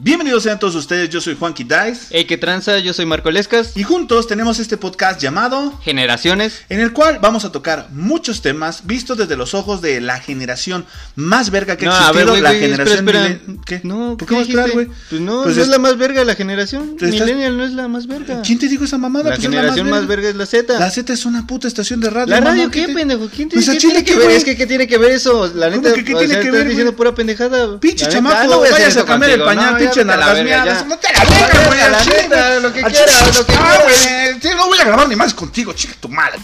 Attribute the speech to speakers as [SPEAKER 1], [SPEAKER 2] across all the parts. [SPEAKER 1] Bienvenidos sean todos ustedes, yo soy Juan Dice
[SPEAKER 2] Hey, ¿qué tranza? Yo soy Marco Lescas.
[SPEAKER 1] y juntos tenemos este podcast llamado
[SPEAKER 2] Generaciones.
[SPEAKER 1] en el cual vamos a tocar muchos temas vistos desde los ojos de la generación más verga que ha existido,
[SPEAKER 2] güey,
[SPEAKER 1] la
[SPEAKER 2] güey,
[SPEAKER 1] generación
[SPEAKER 2] espera, espera.
[SPEAKER 1] milen- ¿Qué?
[SPEAKER 2] No,
[SPEAKER 1] ¿por qué vas a
[SPEAKER 2] dijiste?
[SPEAKER 1] esperar, güey?
[SPEAKER 2] Pues no,
[SPEAKER 1] Pues
[SPEAKER 2] no
[SPEAKER 1] es-
[SPEAKER 2] es la más verga la generación.
[SPEAKER 1] Te estás-
[SPEAKER 2] Millennial no es la más verga.
[SPEAKER 1] ¿Quién te dijo esa mamada?
[SPEAKER 2] La
[SPEAKER 1] Pues es
[SPEAKER 2] generación más verga es la Z.
[SPEAKER 1] La Z es una puta estación de radio.
[SPEAKER 2] ¿La
[SPEAKER 1] mamá,
[SPEAKER 2] radio qué,
[SPEAKER 1] te-
[SPEAKER 2] pendejo? ¿Quién te-
[SPEAKER 1] Pues a
[SPEAKER 2] qué
[SPEAKER 1] Chile,
[SPEAKER 2] tiene
[SPEAKER 1] ¿qué,
[SPEAKER 2] que ver?
[SPEAKER 1] güey?
[SPEAKER 2] Es que ¿qué tiene que ver eso? La
[SPEAKER 1] ¿Cómo
[SPEAKER 2] neta,
[SPEAKER 1] que qué
[SPEAKER 2] o
[SPEAKER 1] tiene
[SPEAKER 2] sea,
[SPEAKER 1] que
[SPEAKER 2] estás
[SPEAKER 1] ver,
[SPEAKER 2] diciendo
[SPEAKER 1] güey?
[SPEAKER 2] pura pendejada.
[SPEAKER 1] Pinche
[SPEAKER 2] La neta,
[SPEAKER 1] chamaco,
[SPEAKER 2] ah, no voy
[SPEAKER 1] vayas
[SPEAKER 2] hacer
[SPEAKER 1] a
[SPEAKER 2] eso
[SPEAKER 1] cambiar el
[SPEAKER 2] contigo.
[SPEAKER 1] pañal,
[SPEAKER 2] No,
[SPEAKER 1] pinche
[SPEAKER 2] vete a la
[SPEAKER 1] nalgas
[SPEAKER 2] verga,
[SPEAKER 1] miadas.
[SPEAKER 2] ya.
[SPEAKER 1] No te la verga, güey,
[SPEAKER 2] la
[SPEAKER 1] al chile,
[SPEAKER 2] neta,
[SPEAKER 1] güey.
[SPEAKER 2] lo que
[SPEAKER 1] Al
[SPEAKER 2] quieras,
[SPEAKER 1] chile,
[SPEAKER 2] lo que
[SPEAKER 1] ah,
[SPEAKER 2] quieras.
[SPEAKER 1] güey, sí, No voy a grabar ni más contigo, chica tu madre.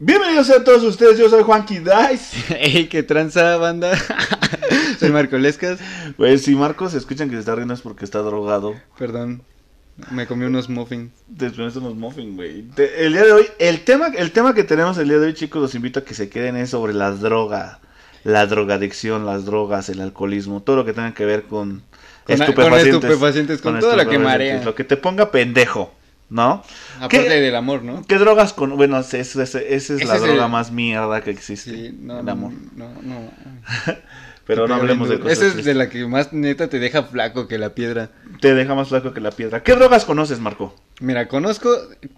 [SPEAKER 1] Bienvenidos a todos ustedes, yo soy Juan Dice.
[SPEAKER 2] Ey, qué tranza, banda. Soy Marco Lescas.
[SPEAKER 1] Güey, si Marcos escuchan que se está riendo es porque está drogado.
[SPEAKER 2] Perdón, me comí unos muffins.
[SPEAKER 1] Después unos muffin, güey. Te- El día de hoy, el tema, el tema que tenemos el día de hoy, chicos, los invito a que se queden es sobre las drogas, la drogadicción, las drogas, el alcoholismo, todo lo que tenga que ver con,
[SPEAKER 2] Con- con estupefacientes, con todo lo que
[SPEAKER 1] estupefacientes,
[SPEAKER 2] marea.
[SPEAKER 1] Lo que te ponga pendejo, ¿no?
[SPEAKER 2] Aparte
[SPEAKER 1] ¿Qué,
[SPEAKER 2] del amor, ¿no?
[SPEAKER 1] qué drogas con...? Bueno, ese- ese- ese- esa es
[SPEAKER 2] Ese
[SPEAKER 1] la
[SPEAKER 2] es
[SPEAKER 1] droga
[SPEAKER 2] el-
[SPEAKER 1] más mierda que existe, el amor.
[SPEAKER 2] No, no.
[SPEAKER 1] Pero no hablemos de cosas
[SPEAKER 2] Esa es de
[SPEAKER 1] tristes.
[SPEAKER 2] la que más neta te deja flaco que la piedra.
[SPEAKER 1] Te deja más flaco que la piedra. ¿Qué drogas conoces, Marco?
[SPEAKER 2] Mira, conozco,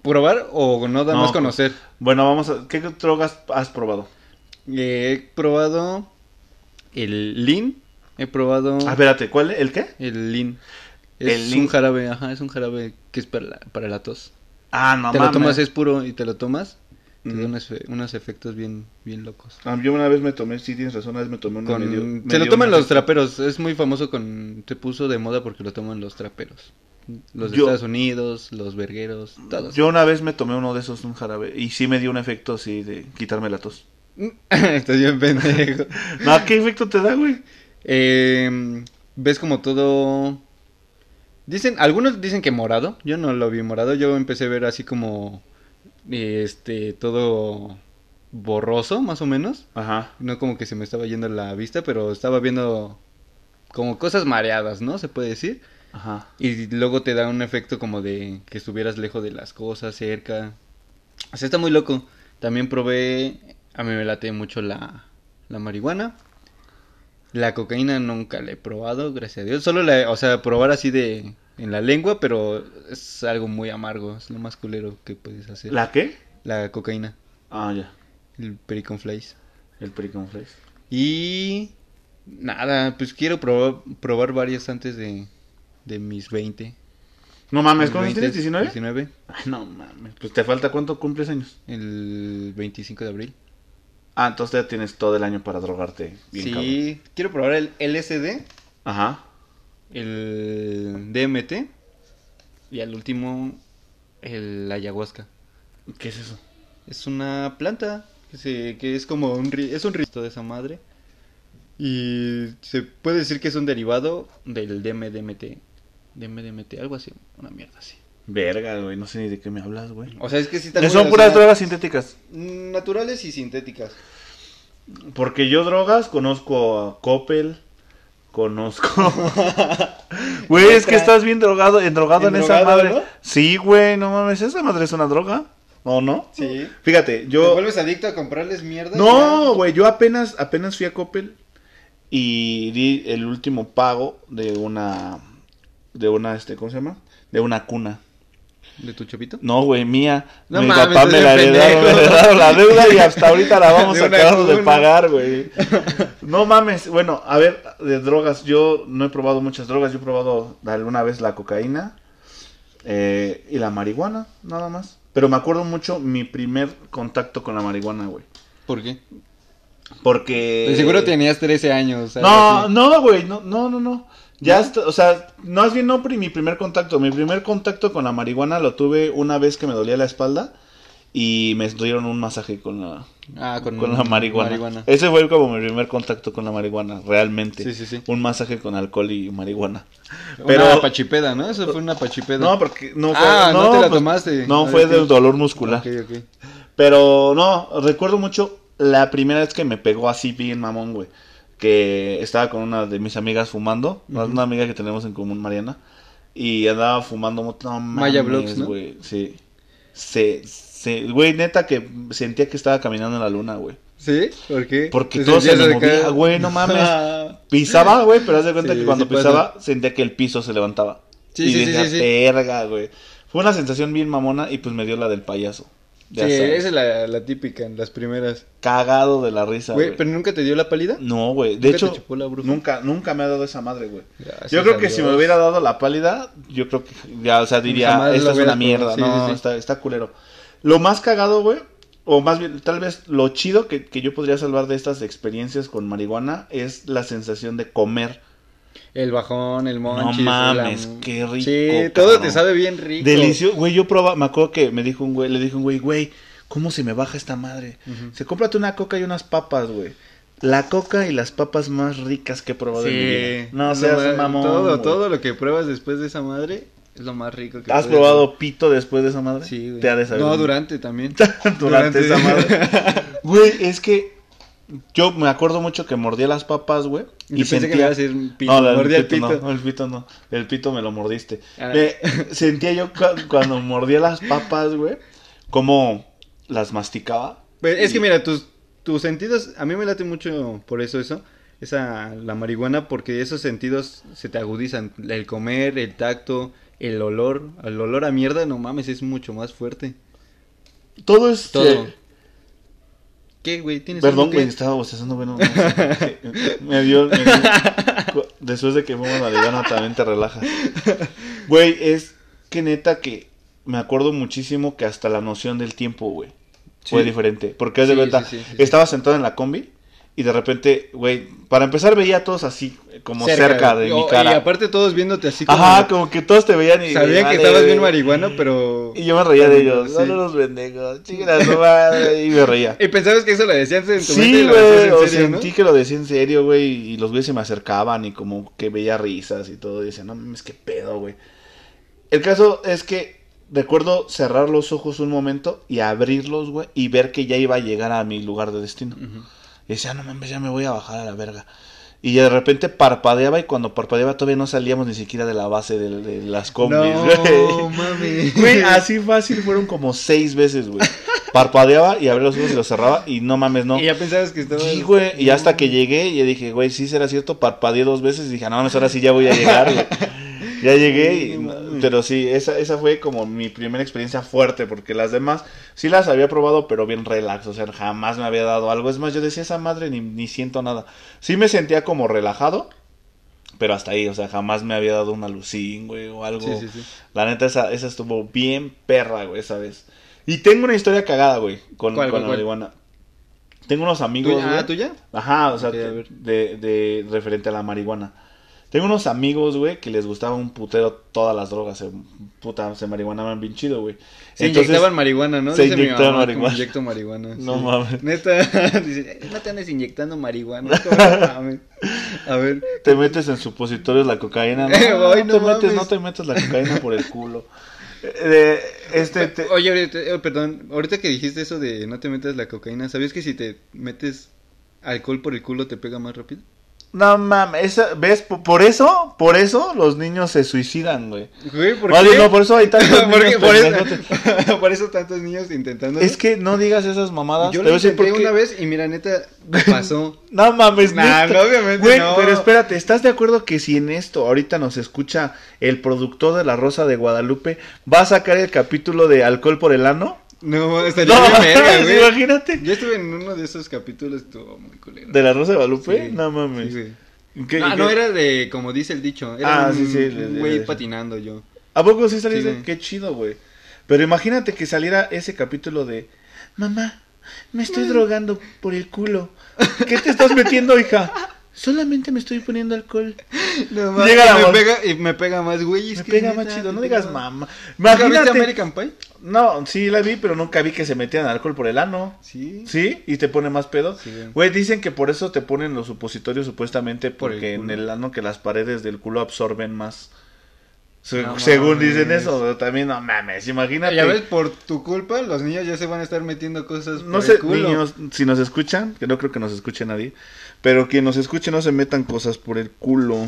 [SPEAKER 2] probar o no da
[SPEAKER 1] No,
[SPEAKER 2] más conocer.
[SPEAKER 1] Bueno, vamos a... ¿Qué drogas has probado?
[SPEAKER 2] Eh, He probado el lean, he probado
[SPEAKER 1] Ah, espérate, ¿cuál? ¿El qué?
[SPEAKER 2] el lean.
[SPEAKER 1] El
[SPEAKER 2] Es
[SPEAKER 1] Lean.
[SPEAKER 2] un jarabe, ajá, es un jarabe que es para la, para la tos.
[SPEAKER 1] Ah, no
[SPEAKER 2] te lo
[SPEAKER 1] mames.
[SPEAKER 2] tomas, es puro y te lo tomas, te
[SPEAKER 1] Ujú.
[SPEAKER 2] da unos, efe- unos efectos bien, bien locos.
[SPEAKER 1] Ah, yo una vez me tomé, sí tienes razón, una vez me tomé uno
[SPEAKER 2] Con-
[SPEAKER 1] medio-
[SPEAKER 2] se lo
[SPEAKER 1] medio
[SPEAKER 2] toman
[SPEAKER 1] una-
[SPEAKER 2] los traperos, es muy famoso con, se puso de moda porque lo toman los traperos. Los de
[SPEAKER 1] Yo-
[SPEAKER 2] Estados Unidos, los vergueros, todos.
[SPEAKER 1] Yo una vez me tomé uno de esos, un jarabe, y sí me dio un efecto así de quitarme la tos.
[SPEAKER 2] Estoy bien pendejo.
[SPEAKER 1] No, ¿qué efecto te da, güey?
[SPEAKER 2] Eh, ves como todo. Dicen, algunos dicen que morado. Yo no lo vi morado. Yo empecé a ver así como. eh, Este, todo borroso, más o menos.
[SPEAKER 1] Ajá.
[SPEAKER 2] No como que se me estaba yendo la vista, pero estaba viendo como cosas mareadas, ¿no? Se puede decir.
[SPEAKER 1] Ajá.
[SPEAKER 2] Y luego te da un efecto como de que estuvieras lejos de las cosas, cerca. O sea, está muy loco. También probé, a mí me late mucho la, la marihuana. La cocaína nunca la he probado, gracias a Dios. Solo la, o sea, probar así de en la lengua, pero es algo muy amargo, es lo más culero que puedes hacer. La,
[SPEAKER 1] ¿La qué?
[SPEAKER 2] cocaína,
[SPEAKER 1] Ah, ya.
[SPEAKER 2] el pericon flies.
[SPEAKER 1] El Pericón Flex.
[SPEAKER 2] Y nada, pues quiero probar, probar varias antes de, de mis 20.
[SPEAKER 1] No mames, ¿cuándo
[SPEAKER 2] Mis
[SPEAKER 1] tienes?
[SPEAKER 2] 20,
[SPEAKER 1] ¿19?
[SPEAKER 2] 19.
[SPEAKER 1] Ay, no mames. Pues te falta, ¿cuánto cumples años?
[SPEAKER 2] El 25 de abril.
[SPEAKER 1] Ah, entonces ya tienes todo el año para drogarte. Bien
[SPEAKER 2] sí,
[SPEAKER 1] cabrón.
[SPEAKER 2] quiero probar el LSD,
[SPEAKER 1] Ajá.
[SPEAKER 2] el DMT y al último el ayahuasca.
[SPEAKER 1] ¿Qué es eso?
[SPEAKER 2] Es una planta que, se- que es como un ri- es un rito de esa madre. Y se puede decir que es un derivado del DMDMT. DMDMT, algo así, una mierda así.
[SPEAKER 1] Verga, güey, no sé ni de qué me hablas, güey.
[SPEAKER 2] O sea, es que sí está muy
[SPEAKER 1] Son puras
[SPEAKER 2] relacionada-
[SPEAKER 1] drogas sintéticas.
[SPEAKER 2] naturales y sintéticas.
[SPEAKER 1] Porque yo drogas conozco a Coppel, conozco. Güey, es que
[SPEAKER 2] Neta.
[SPEAKER 1] estás bien drogado, en drogado en,
[SPEAKER 2] En
[SPEAKER 1] esa
[SPEAKER 2] drogado,
[SPEAKER 1] madre.
[SPEAKER 2] ¿no?
[SPEAKER 1] Sí, güey, no mames, esa madre es una droga, ¿o no?
[SPEAKER 2] Sí.
[SPEAKER 1] Fíjate,
[SPEAKER 2] ¿Te
[SPEAKER 1] yo
[SPEAKER 2] vuelves adicto a comprarles mierda?
[SPEAKER 1] no, güey, yo apenas apenas fui a Coppel y di el último pago de una de una este, ¿cómo se llama? De una cuna.
[SPEAKER 2] ¿De tu chapito?
[SPEAKER 1] No, güey, mía.
[SPEAKER 2] No
[SPEAKER 1] Mi
[SPEAKER 2] mames,
[SPEAKER 1] papá me
[SPEAKER 2] eres
[SPEAKER 1] la
[SPEAKER 2] un
[SPEAKER 1] heredaron,
[SPEAKER 2] pendejo.
[SPEAKER 1] me heredaron la deuda y hasta ahorita la vamos
[SPEAKER 2] De
[SPEAKER 1] a
[SPEAKER 2] una
[SPEAKER 1] acabar de
[SPEAKER 2] cuna.
[SPEAKER 1] pagar, güey. No mames. Bueno, a ver, de drogas. Yo no he probado muchas drogas. Yo he probado alguna vez la cocaína eh, y la marihuana, nada más. Pero me acuerdo mucho mi primer contacto con la marihuana, güey.
[SPEAKER 2] ¿Por qué?
[SPEAKER 1] Porque...
[SPEAKER 2] De seguro tenías 13 años. algo
[SPEAKER 1] No,
[SPEAKER 2] así.
[SPEAKER 1] no, güey, no, no, no, no. Ya, hasta- o sea, no es bien no pri- mi primer contacto. Mi primer contacto con la marihuana lo tuve una vez que me dolía la espalda y me dieron un masaje con la,
[SPEAKER 2] Ah, con,
[SPEAKER 1] con la marihuana. Eh, Ese fue como mi primer contacto con la marihuana, realmente.
[SPEAKER 2] Sí, sí, sí.
[SPEAKER 1] Un masaje con alcohol y marihuana.
[SPEAKER 2] Pero...
[SPEAKER 1] Pero
[SPEAKER 2] Una pachipeda, ¿no? Eso fue una pachipeda.
[SPEAKER 1] no, porque no fue,
[SPEAKER 2] Ah, no te la
[SPEAKER 1] pues,
[SPEAKER 2] tomaste.
[SPEAKER 1] No,
[SPEAKER 2] Ah,
[SPEAKER 1] fue
[SPEAKER 2] ok.
[SPEAKER 1] del dolor muscular.
[SPEAKER 2] Ok, ok.
[SPEAKER 1] Pero no, recuerdo mucho la primera vez que me pegó así bien mamón, güey. Que estaba con una de mis amigas fumando, una-
[SPEAKER 2] Ujú.
[SPEAKER 1] una amiga que tenemos en común, Mariana, y andaba fumando mo- no
[SPEAKER 2] Maya
[SPEAKER 1] mames,
[SPEAKER 2] Vlogs, ¿no?
[SPEAKER 1] güey, sí. Se, se, güey, neta que sentía que estaba caminando en la luna, güey.
[SPEAKER 2] ¿Sí? ¿Por qué?
[SPEAKER 1] Porque
[SPEAKER 2] Te
[SPEAKER 1] todo se
[SPEAKER 2] sentías
[SPEAKER 1] me
[SPEAKER 2] acá-
[SPEAKER 1] movía, güey, no mames.
[SPEAKER 2] Ah.
[SPEAKER 1] Pisaba, güey, pero haz de cuenta
[SPEAKER 2] Sí,
[SPEAKER 1] que cuando
[SPEAKER 2] sí pasa.
[SPEAKER 1] pisaba sentía que el piso se levantaba.
[SPEAKER 2] Sí,
[SPEAKER 1] y
[SPEAKER 2] sí, sí,
[SPEAKER 1] decía,
[SPEAKER 2] sí, sí.
[SPEAKER 1] "Verga, güey. Fue una sensación bien mamona y pues me dio la del payaso. Ya
[SPEAKER 2] Sí,
[SPEAKER 1] sabes.
[SPEAKER 2] esa es la, la típica, en las primeras.
[SPEAKER 1] Cagado de la risa,
[SPEAKER 2] Güey,
[SPEAKER 1] güey.
[SPEAKER 2] ¿pero nunca te dio la pálida?
[SPEAKER 1] No, güey. De
[SPEAKER 2] ¿Nunca te
[SPEAKER 1] hecho,
[SPEAKER 2] chupó la bruja?
[SPEAKER 1] nunca, nunca me ha dado esa madre, güey.
[SPEAKER 2] Gracias
[SPEAKER 1] Yo creo
[SPEAKER 2] a
[SPEAKER 1] que si
[SPEAKER 2] Dios.
[SPEAKER 1] me hubiera dado la pálida, yo creo que ya, o sea, diría,
[SPEAKER 2] Jamás lo
[SPEAKER 1] esta es
[SPEAKER 2] hubiera
[SPEAKER 1] una mierda,
[SPEAKER 2] probado. Sí,
[SPEAKER 1] no,
[SPEAKER 2] sí, sí.
[SPEAKER 1] Está, está culero. Lo más cagado, güey, o más bien, tal vez lo chido que, que yo podría salvar de estas experiencias con marihuana es la sensación de comer.
[SPEAKER 2] El bajón, el monchis.
[SPEAKER 1] mames,
[SPEAKER 2] la-
[SPEAKER 1] qué rico,
[SPEAKER 2] Sí, todo te
[SPEAKER 1] cabrón.
[SPEAKER 2] sabe bien rico.
[SPEAKER 1] Delicioso, güey, yo probaba, me acuerdo que me dijo un güey, le dije un güey, güey, ¿cómo se me baja esta madre?
[SPEAKER 2] Ujú.
[SPEAKER 1] Se cómprate una coca y unas papas, güey. La coca y las papas más ricas que he probado en mi vida.
[SPEAKER 2] Sí.
[SPEAKER 1] No seas
[SPEAKER 2] ma-
[SPEAKER 1] mamón.
[SPEAKER 2] Todo,
[SPEAKER 1] güey.
[SPEAKER 2] todo lo que pruebas después de esa madre es lo más rico que
[SPEAKER 1] ¿Has
[SPEAKER 2] puedes
[SPEAKER 1] probado pito después de esa madre?
[SPEAKER 2] hacer. Sí, güey.
[SPEAKER 1] Te ha de saber.
[SPEAKER 2] No,
[SPEAKER 1] bien.
[SPEAKER 2] durante también.
[SPEAKER 1] durante
[SPEAKER 2] Durante.
[SPEAKER 1] esa madre. Güey, es que yo me acuerdo mucho que mordía las papas, güey. Y
[SPEAKER 2] Yo pensé
[SPEAKER 1] sentía...
[SPEAKER 2] que le ibas a decir pito.
[SPEAKER 1] la-
[SPEAKER 2] Mordía el
[SPEAKER 1] pito.
[SPEAKER 2] pito.
[SPEAKER 1] No, el pito no. El pito me lo mordiste.
[SPEAKER 2] Ah.
[SPEAKER 1] Eh, sentía yo cu- cuando mordía las papas, güey, como las masticaba.
[SPEAKER 2] Pues, es
[SPEAKER 1] Y-
[SPEAKER 2] que mira, tus, tus sentidos, a mí me late mucho por eso, eso, esa, la marihuana, porque esos sentidos se te agudizan, el comer, el tacto, el olor, el olor a mierda, no mames, es mucho más fuerte.
[SPEAKER 1] Todo es.
[SPEAKER 2] Todo.
[SPEAKER 1] eh,
[SPEAKER 2] ¿Qué, güey? ¿Tienes
[SPEAKER 1] Perdón,
[SPEAKER 2] algo que-
[SPEAKER 1] güey, estaba bostezando, bueno. no sé. me dio. me dio- Después de que fuimos la Divana también te relaja. Güey, es que neta que me acuerdo muchísimo que hasta la noción del tiempo, güey, fue
[SPEAKER 2] Sí.
[SPEAKER 1] diferente. Porque es de
[SPEAKER 2] Sí,
[SPEAKER 1] verdad,
[SPEAKER 2] sí, sí, sí, sí.
[SPEAKER 1] estaba sentado en la combi y de repente, güey, para empezar veía a todos así, como cerca, de
[SPEAKER 2] o-
[SPEAKER 1] mi cara.
[SPEAKER 2] Oh, Y aparte todos viéndote así como...
[SPEAKER 1] Ajá, como que todos te veían y.
[SPEAKER 2] Sabían que
[SPEAKER 1] vale,
[SPEAKER 2] estabas bien
[SPEAKER 1] güey.
[SPEAKER 2] marihuana, pero...
[SPEAKER 1] Y yo me reía de ellos.
[SPEAKER 2] Sí.
[SPEAKER 1] Son unos pendejos, chinguen a su madre", Y me reía.
[SPEAKER 2] Y pensabas que eso lo decías en tu mente
[SPEAKER 1] Sí,
[SPEAKER 2] y lo decías
[SPEAKER 1] güey,
[SPEAKER 2] en
[SPEAKER 1] o
[SPEAKER 2] serio, ¿no?
[SPEAKER 1] sentí que lo decía en serio, güey, y los güeyes se me acercaban y como que veía risas y todo, y decía, no mames, qué pedo, güey. El caso es que recuerdo cerrar los ojos un momento y abrirlos, güey, y ver que ya iba a llegar a mi lugar de destino.
[SPEAKER 2] Ujú.
[SPEAKER 1] Y decía, no mames, ya me voy a bajar a la verga. Y de repente parpadeaba y cuando parpadeaba todavía no salíamos ni siquiera de la base de, de las combis,
[SPEAKER 2] No,
[SPEAKER 1] güey.
[SPEAKER 2] mami.
[SPEAKER 1] Güey, así fácil fueron como seis veces, güey. Parpadeaba y abría los ojos y los cerraba y no mames, no.
[SPEAKER 2] Y ya pensabas que estabas...
[SPEAKER 1] Sí, güey. Y hasta
[SPEAKER 2] Mm.
[SPEAKER 1] que llegué, y dije, güey, sí será cierto. Parpadeé dos veces y dije, no mames, ahora sí ya voy a llegar, güey. Ya llegué, y-
[SPEAKER 2] No mames.
[SPEAKER 1] pero sí, esa, esa fue como mi primera experiencia fuerte, porque las demás sí las había probado, pero bien relax, o sea, jamás me había dado algo. Es más, yo decía, esa madre ni, ni siento nada. Sí me sentía como relajado, pero hasta ahí, o sea, jamás me había dado una lucín, güey, o algo.
[SPEAKER 2] Sí, sí, sí.
[SPEAKER 1] La neta, esa, esa estuvo bien perra, güey, esa vez. Y tengo una historia cagada, güey, con,
[SPEAKER 2] ¿Cuál,
[SPEAKER 1] con la
[SPEAKER 2] cuál, cuál?
[SPEAKER 1] marihuana. Tengo unos amigos.
[SPEAKER 2] ¿Tuya?
[SPEAKER 1] güey.
[SPEAKER 2] Ah, ¿tuya?
[SPEAKER 1] Ajá, o sea,
[SPEAKER 2] Ok, a ver.
[SPEAKER 1] de, de referente a la marihuana. Tengo unos amigos, güey, que les gustaba un putero todas las drogas. Se, puta, se marihuanaban bien chido, güey.
[SPEAKER 2] Se inyectaban marihuana, ¿no?
[SPEAKER 1] se
[SPEAKER 2] Dice mi
[SPEAKER 1] inyectaban
[SPEAKER 2] mamá que me
[SPEAKER 1] marihuana.
[SPEAKER 2] inyecto marihuana.
[SPEAKER 1] No mames.
[SPEAKER 2] Neta, dice, "Eh, no te andes inyectando marihuana. ¿cómo no mames?". A ver,
[SPEAKER 1] Te metes en supositorios la cocaína. No,
[SPEAKER 2] Eh, güey,
[SPEAKER 1] no te
[SPEAKER 2] no
[SPEAKER 1] metes,
[SPEAKER 2] mames.
[SPEAKER 1] no te metes la cocaína por el culo. Eh, este, te-
[SPEAKER 2] oye, ahorita- eh, perdón, ahorita que dijiste eso de no te metas la cocaína, ¿sabías que si te metes alcohol por el culo te pega más rápido?
[SPEAKER 1] No mames, esa- ¿ves? Por por eso, por eso los niños se suicidan, güey.
[SPEAKER 2] Güey, ¿por
[SPEAKER 1] Vale,
[SPEAKER 2] qué?
[SPEAKER 1] no, por eso hay tantos
[SPEAKER 2] ¿Por qué?
[SPEAKER 1] niños
[SPEAKER 2] Por
[SPEAKER 1] pendejos.
[SPEAKER 2] eso, por eso tantos niños intentando.
[SPEAKER 1] Es que no digas esas mamadas. te
[SPEAKER 2] yo
[SPEAKER 1] voy
[SPEAKER 2] lo
[SPEAKER 1] a decir por
[SPEAKER 2] intenté
[SPEAKER 1] qué.
[SPEAKER 2] una vez y mira, neta, pasó.
[SPEAKER 1] No mames,
[SPEAKER 2] Nah,
[SPEAKER 1] neta.
[SPEAKER 2] no, obviamente
[SPEAKER 1] Güey,
[SPEAKER 2] no.
[SPEAKER 1] pero espérate, ¿estás de acuerdo que si en esto ahorita nos escucha el productor de La Rosa de Guadalupe, va a sacar el capítulo de Alcohol por el ano?
[SPEAKER 2] No, estaría
[SPEAKER 1] No,
[SPEAKER 2] bien verga,
[SPEAKER 1] mames,
[SPEAKER 2] güey.
[SPEAKER 1] imagínate.
[SPEAKER 2] Yo estuve en uno de esos capítulos, estuvo muy culero.
[SPEAKER 1] ¿De La Rosa de Guadalupe?
[SPEAKER 2] Sí,
[SPEAKER 1] no
[SPEAKER 2] sí,
[SPEAKER 1] mames.
[SPEAKER 2] güey.
[SPEAKER 1] ¿Qué-
[SPEAKER 2] ah,
[SPEAKER 1] qué-
[SPEAKER 2] no, era de, como dice el dicho,
[SPEAKER 1] Ah,
[SPEAKER 2] era un
[SPEAKER 1] sí, sí, le- le-
[SPEAKER 2] güey
[SPEAKER 1] le-
[SPEAKER 2] patinando yo.
[SPEAKER 1] ¿A poco sí saliste?
[SPEAKER 2] Sí, güey.
[SPEAKER 1] Qué chido, güey. Pero imagínate que saliera ese capítulo de Mamá, me estoy drogando por el culo. ¿Qué te estás metiendo, hija? Solamente me estoy poniendo alcohol.
[SPEAKER 2] No,
[SPEAKER 1] mames,
[SPEAKER 2] Llega
[SPEAKER 1] me
[SPEAKER 2] me pega, y me pega más, güey.
[SPEAKER 1] Me pega más chido, no digas
[SPEAKER 2] más.
[SPEAKER 1] mamá.
[SPEAKER 2] ¿Viste
[SPEAKER 1] Imagínate.
[SPEAKER 2] American Pie?
[SPEAKER 1] No, sí la vi, pero nunca vi que se metían alcohol por el ano.
[SPEAKER 2] Sí.
[SPEAKER 1] ¿Sí? ¿Y te pone más pedo?
[SPEAKER 2] Sí.
[SPEAKER 1] Güey, dicen que por eso te ponen los supositorios supuestamente
[SPEAKER 2] Por el
[SPEAKER 1] porque en
[SPEAKER 2] culo.
[SPEAKER 1] el ano que las paredes del culo absorben más. Se-
[SPEAKER 2] No
[SPEAKER 1] según dicen
[SPEAKER 2] mames.
[SPEAKER 1] eso, pero también no mames, imagínate.
[SPEAKER 2] Ya ves, por tu culpa, los niños ya se van a estar metiendo cosas por
[SPEAKER 1] No sé,
[SPEAKER 2] el culo.
[SPEAKER 1] niños, si nos escuchan, que no creo que nos escuche nadie, pero que nos escuche no se metan cosas por el culo.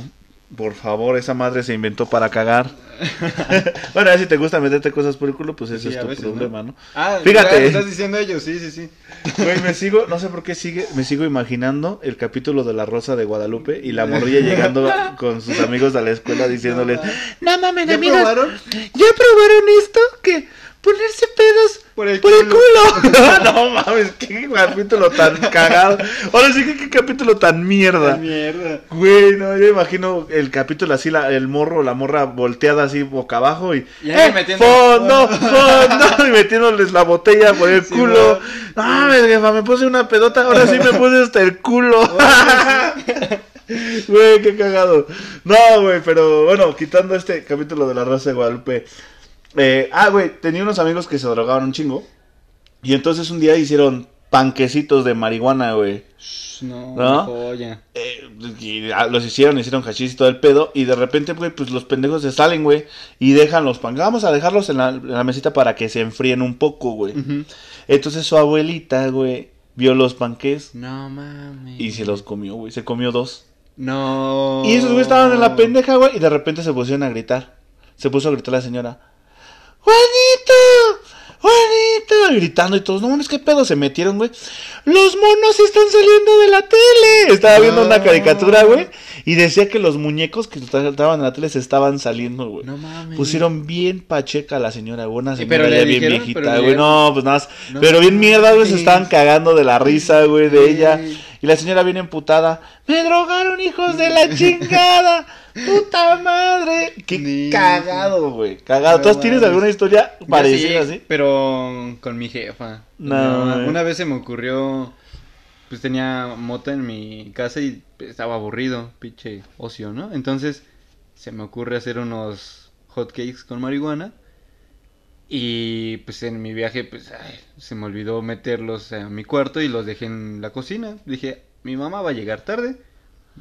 [SPEAKER 1] Por favor, esa madre se inventó para cagar. bueno, ya si te gusta meterte cosas por el culo, pues ese
[SPEAKER 2] Sí,
[SPEAKER 1] es
[SPEAKER 2] a
[SPEAKER 1] tu
[SPEAKER 2] veces, ¿no?
[SPEAKER 1] problema, ¿no?
[SPEAKER 2] Ah,
[SPEAKER 1] Fíjate.
[SPEAKER 2] ya me estás diciendo ellos, sí, sí, sí.
[SPEAKER 1] Güey, me sigo, no sé por qué sigue, me sigo imaginando el capítulo de La Rosa de Guadalupe y la morrilla llegando con sus amigos a la escuela diciéndoles, no mames,
[SPEAKER 2] ¿Ya
[SPEAKER 1] amigos,
[SPEAKER 2] probaron?
[SPEAKER 1] ¿ya probaron esto? Que ponerse pedos
[SPEAKER 2] Por el
[SPEAKER 1] por el
[SPEAKER 2] culo".
[SPEAKER 1] culo. no mames, qué capítulo tan cagado. Ahora sí que qué capítulo tan mierda.
[SPEAKER 2] Ay, mierda.
[SPEAKER 1] Güey, no, yo imagino el capítulo así, la, el morro, la morra volteada así boca abajo y...
[SPEAKER 2] Y ahí
[SPEAKER 1] ¡Eh,
[SPEAKER 2] metiendo-
[SPEAKER 1] fondo, fondo! Y metiéndoles la botella por el
[SPEAKER 2] Sí,
[SPEAKER 1] culo. No,
[SPEAKER 2] va.
[SPEAKER 1] mames, jefa, me puse una pedota, ahora sí me puse hasta el culo. Güey, qué cagado. No, güey, pero bueno, quitando este capítulo de la raza de Guadalupe. eh, ah, güey, tenía unos amigos que se drogaban un chingo. Y entonces un día hicieron panquecitos de marihuana, güey.
[SPEAKER 2] Shh, No,
[SPEAKER 1] ¿No?
[SPEAKER 2] joya.
[SPEAKER 1] Eh, y, ah, los hicieron, hicieron hachís y todo el pedo. Y de repente, güey, pues los pendejos se salen, güey. Y dejan los pan. Vamos a dejarlos en la, en la mesita para que se enfríen un poco, güey.
[SPEAKER 2] Ujú.
[SPEAKER 1] Entonces su abuelita, güey, vio los panques
[SPEAKER 2] No mames.
[SPEAKER 1] y se los comió, güey. Se comió dos.
[SPEAKER 2] No.
[SPEAKER 1] Y esos güey estaban en la pendeja, güey. Y de repente se pusieron a gritar. Se puso a gritar la señora. ¡Juanito! ¡Juanito! Y gritando y todos, no mames, qué pedo se metieron, güey. Los monos están saliendo de la tele. Estaba viendo una
[SPEAKER 2] No.
[SPEAKER 1] caricatura, güey. Y decía que los muñecos que estaban en la tele se estaban saliendo, güey.
[SPEAKER 2] No mames.
[SPEAKER 1] Pusieron bien pacheca a la señora, güey. Una
[SPEAKER 2] ¿Y
[SPEAKER 1] señora
[SPEAKER 2] pero le
[SPEAKER 1] ya bien
[SPEAKER 2] dijeron? ¿Pero
[SPEAKER 1] viejita,
[SPEAKER 2] le
[SPEAKER 1] güey.
[SPEAKER 2] dijeron?
[SPEAKER 1] No, pues nada más.
[SPEAKER 2] No
[SPEAKER 1] pero bien mierda, güey. Se
[SPEAKER 2] mames.
[SPEAKER 1] estaban cagando de la risa, güey, de
[SPEAKER 2] Sí.
[SPEAKER 1] ella. Y la señora bien emputada. ¡Me drogaron, hijos de la chingada! ¡Puta madre! ¡Qué
[SPEAKER 2] Ni-
[SPEAKER 1] cagado, güey! Cagado.
[SPEAKER 2] No
[SPEAKER 1] ¿Tú tienes
[SPEAKER 2] mames.
[SPEAKER 1] alguna historia
[SPEAKER 2] Yo
[SPEAKER 1] parecida
[SPEAKER 2] sí,
[SPEAKER 1] así?
[SPEAKER 2] Pero con mi jefa.
[SPEAKER 1] No,
[SPEAKER 2] No,
[SPEAKER 1] güey.
[SPEAKER 2] una vez se me ocurrió. Pues tenía mota en mi casa y estaba aburrido, pinche ocio, ¿no? Entonces se me ocurre hacer unos hotcakes con marihuana. Y pues en mi viaje, pues ay, se me olvidó meterlos a mi cuarto y los dejé en la cocina. Dije, mi mamá va a llegar tarde